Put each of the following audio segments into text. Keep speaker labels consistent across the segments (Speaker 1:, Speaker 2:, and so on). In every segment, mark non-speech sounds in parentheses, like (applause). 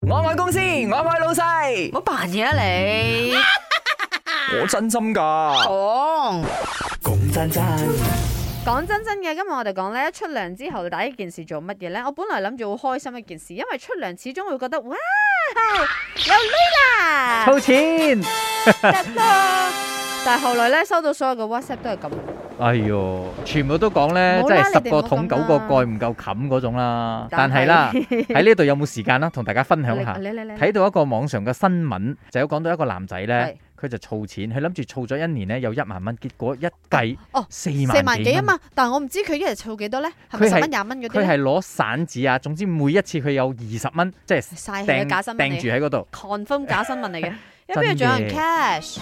Speaker 1: 我爱公司，我爱老细，
Speaker 2: 冇扮嘢啊你，
Speaker 1: 我真心噶。
Speaker 2: 講
Speaker 1: 龚真真，
Speaker 2: 講真真嘅，今日我哋講咧，出糧之後第一件事做乜嘢咧？我本來諗住好開心一件事，因為出糧始終會覺得哇，有呢啦，
Speaker 3: 扣錢，
Speaker 2: 得啦。但係後來咧，收到所有嘅 WhatsApp 都係咁，
Speaker 3: 哎呦，全部都講咧，
Speaker 2: 冇
Speaker 3: 即
Speaker 2: 啦
Speaker 3: 係十個
Speaker 2: 你
Speaker 3: 桶
Speaker 2: 哋
Speaker 3: 九
Speaker 2: 冇咁啦
Speaker 3: 個蓋唔夠冚嗰種啦。
Speaker 2: 但
Speaker 3: 但
Speaker 2: 係
Speaker 3: 係
Speaker 2: (laughs)
Speaker 3: 啦，喺呢度有冇時間啦？同大家分享下
Speaker 2: 你。你你
Speaker 3: 睇到一個網上嘅新聞，就有講到一個男仔咧
Speaker 2: 係，
Speaker 3: 佢就儲錢，佢諗住儲咗一年咧有一萬蚊，結果一計
Speaker 2: 哦
Speaker 3: 四
Speaker 2: 你四萬
Speaker 3: 萬
Speaker 2: 幾
Speaker 3: 幾
Speaker 2: 啊
Speaker 3: 蚊。
Speaker 2: 嘛，但係我唔知佢一日儲幾多咧，係
Speaker 3: 佢
Speaker 2: 咪
Speaker 3: 係
Speaker 2: 十蚊廿蚊嗰啲
Speaker 3: 佢
Speaker 2: 咧？
Speaker 3: 係攞散紙啊，總之每一次佢有二十蚊，即係
Speaker 2: 曬氣嘅
Speaker 3: 掟
Speaker 2: 假新聞
Speaker 3: 掟
Speaker 2: 嚟
Speaker 3: 住。喺嗰度。
Speaker 2: confirm 假新聞嚟嘅，因
Speaker 3: 真
Speaker 2: 為邊度仲有人
Speaker 3: 嘅
Speaker 2: cash？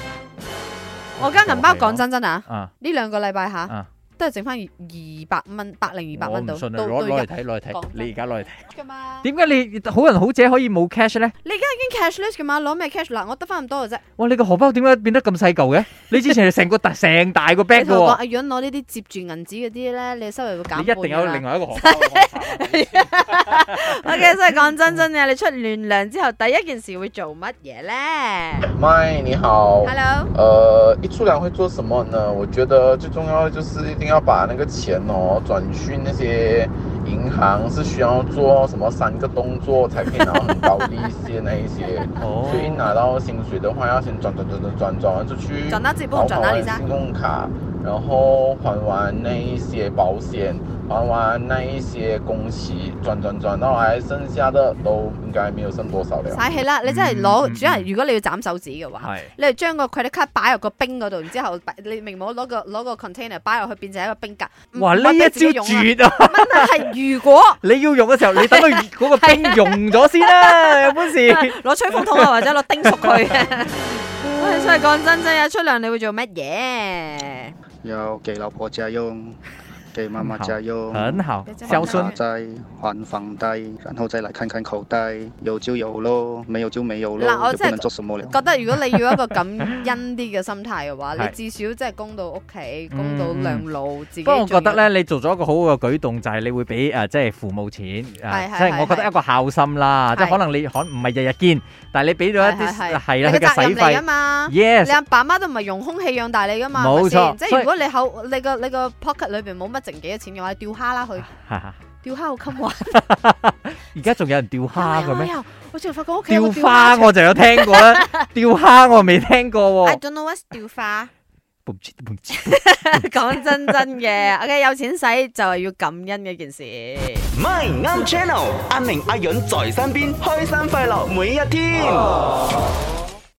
Speaker 2: 我間銀包講真真啊，
Speaker 3: 啊，
Speaker 2: 呢兩個禮拜
Speaker 3: 啊
Speaker 2: 吓，都係剩翻二百蚊，百零二百
Speaker 3: 我
Speaker 2: 蚊到，
Speaker 3: 唔信啊！
Speaker 2: 到
Speaker 3: 攞
Speaker 2: 到
Speaker 3: 攞嚟
Speaker 2: 入
Speaker 3: 睇，攞嚟睇
Speaker 2: 講，真
Speaker 3: 你而家攞嚟睇。
Speaker 2: 噶嘛。
Speaker 3: 點解你好人好姐可以冇 cash 咧？
Speaker 2: 你而家已經 cashless 噶嘛？攞咩 cash 嗱？我得翻咁多嘅啫。
Speaker 3: 哇！你個荷包點解變得咁細嚿嘅？你之前係成個大成大個 bag
Speaker 2: 你同我
Speaker 3: 嘅
Speaker 2: 講，阿潤攞呢啲接住銀紙嗰啲咧，你收入會減
Speaker 3: 喎，
Speaker 2: 半
Speaker 3: 你一定有
Speaker 2: 㗎啦
Speaker 3: 另外一個荷包嘅我查。
Speaker 2: (laughs) OK，所以講真真嘅，你出完糧之後第一件事會做乜嘢咧
Speaker 4: 麦，你好。
Speaker 2: ？Hello，
Speaker 4: 呃，一出粮会做什么呢？我觉得最重要的就是一定要把那个钱哦转去那些银行，是需要做什么三个动作才可以拿到很高利息的那一些。
Speaker 3: 哦
Speaker 4: 所以
Speaker 2: (laughs)
Speaker 4: 拿到薪水的话，要先转转转转转转完出去，
Speaker 2: 转到自己不
Speaker 4: 然
Speaker 2: 懂
Speaker 4: 后
Speaker 2: 转哪
Speaker 4: 还
Speaker 2: 里
Speaker 4: 完
Speaker 2: 噻
Speaker 4: 信用卡，然后还完那一些保险，还完那一些工期，转转转到来，剩下的都应该没有剩多少了。
Speaker 2: 嘥氣啦！你真係
Speaker 3: 嗯嗯
Speaker 2: 攞，
Speaker 3: 嗯
Speaker 2: 主要係如果你要斬手指嘅話。
Speaker 3: 係
Speaker 2: 你係將個 credit card 擺入個冰嗰度，然之後擺你明冇攞個攞個 container 擺入去變成一個冰格。唔
Speaker 3: 哇！
Speaker 2: 唔
Speaker 3: 呢
Speaker 2: 係
Speaker 3: 一
Speaker 2: 俾自己
Speaker 3: 招
Speaker 2: 用啊！
Speaker 3: 絕啊！
Speaker 2: 問題係如果
Speaker 3: 你要用嘅時候，你等佢嗰個冰溶咗先
Speaker 2: (laughs)
Speaker 3: 啦，有本事。
Speaker 2: 攞吹風筒啊，或者攞叮熟
Speaker 3: (laughs)
Speaker 2: 佢。唉所以講真真啊，出糧你會做乜嘢？
Speaker 5: 要给老婆家
Speaker 3: (laughs)
Speaker 5: 用，给妈妈
Speaker 3: 很好
Speaker 5: 家用，
Speaker 3: 很好，孝
Speaker 2: 孝
Speaker 3: 順
Speaker 2: 順
Speaker 5: 还卡债还房贷，然后再来看看口袋，有就有咯，没有就没有
Speaker 2: 那我
Speaker 5: 咯，也
Speaker 2: 真
Speaker 5: 不
Speaker 2: 係
Speaker 5: 能做什么了。
Speaker 2: 覺得如果你要一個感恩啲嘅心態
Speaker 3: (laughs)
Speaker 2: 嘅話，
Speaker 3: 係
Speaker 2: 你至少即係供到屋企，供到
Speaker 3: 嗯
Speaker 2: 兩路，自己
Speaker 3: 不過我覺得
Speaker 2: 仲有，
Speaker 3: 咧，你做咗一個好嘅舉動，就係你會俾誒即係父母錢，誒
Speaker 2: 係係
Speaker 3: 即係我覺得一個孝心啦。
Speaker 2: 係
Speaker 3: 即係可能你可能唔係日日見，但係你俾咗一
Speaker 2: 係係
Speaker 3: 啲
Speaker 2: 係
Speaker 3: 係啦
Speaker 2: 你
Speaker 3: 佢
Speaker 2: 嘅責
Speaker 3: 嘅
Speaker 2: 任
Speaker 3: 使
Speaker 2: 嚟啊
Speaker 3: 費。
Speaker 2: 嘛。你
Speaker 3: Yes，
Speaker 2: 阿爸媽都唔係用空氣養大你噶嘛，
Speaker 3: 冇
Speaker 2: 係咪先
Speaker 3: 錯
Speaker 2: 即係
Speaker 3: 所以
Speaker 2: 如果你口你個你個 pocket 裏邊冇乜剩幾嘅錢嘅話，你釣蝦
Speaker 3: (laughs)
Speaker 2: 啦去，釣蝦好襟玩。
Speaker 3: 而家仲有人釣蝦嘅
Speaker 2: 有啊
Speaker 3: 咩？？
Speaker 2: 有我仲發覺屋企有個
Speaker 3: 釣蝦
Speaker 2: 場
Speaker 3: 我就有聽過啦，釣蝦我未聽過
Speaker 2: I
Speaker 3: 喎。
Speaker 2: don't know what's 釣花。
Speaker 3: 唔知唔知
Speaker 2: (laughs) 講真真嘅，OK，有錢使就係要感恩嘅一件事。
Speaker 6: My 啱 channel，阿明阿允在身邊，開心快樂每一天。